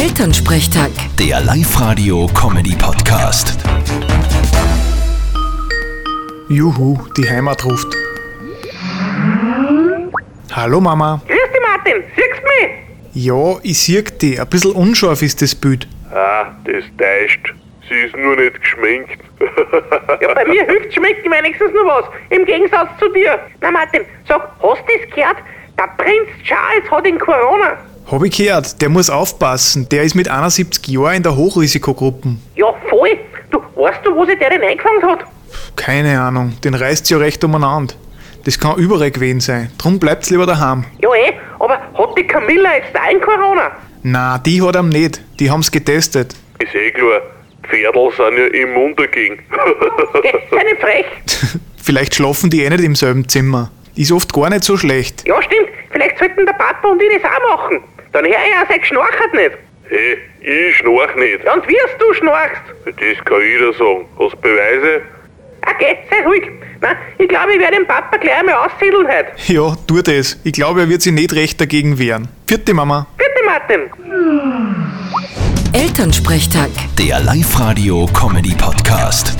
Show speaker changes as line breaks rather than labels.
Elternsprechtag.
Der Live-Radio-Comedy-Podcast.
Juhu, die Heimat ruft. Hallo Mama.
Grüß dich, Martin. Siehst du mich?
Ja, ich sieg die. Ein bisschen unscharf ist das Bild.
Ah, das täuscht. Sie ist nur nicht geschminkt.
Ja, bei mir hilft schmecken wenigstens noch was. Im Gegensatz zu dir. Na, Martin, sag, hast du das gehört? Der Prinz Charles hat in Corona.
Hab ich gehört, der muss aufpassen. Der ist mit 71 Jahren in der Hochrisikogruppe.
Ja, voll. Du, weißt du, wo sich der denn eingefangen hat?
Keine Ahnung, den reißt ja recht umeinander. Das kann überall gewesen sein. Drum bleibt's lieber daheim.
Ja, eh, aber hat die Camilla jetzt auch in Corona?
Na, die hat am nicht. Die haben's getestet.
Ist eh klar, Pferdl sind ja immun dagegen.
Geh, sei nicht frech.
Vielleicht schlafen die eh nicht im selben Zimmer. Ist oft gar nicht so schlecht.
Ja, stimmt. Vielleicht sollten der Papa und ich das auch machen. Dann hör ich auch, sei geschnarchert nicht.
hey, ich schnarch nicht.
Ja, und wirst du schnarchst.
Das kann jeder sagen. Hast du Beweise?
Okay, sei ruhig. Na, ich glaube, ich werde den Papa gleich einmal aussiedeln heute.
Ja, tu das. Ich glaube, er wird sich nicht recht dagegen wehren. Vierte Mama.
Bitte, Martin.
Elternsprechtag.
Der Live-Radio-Comedy-Podcast.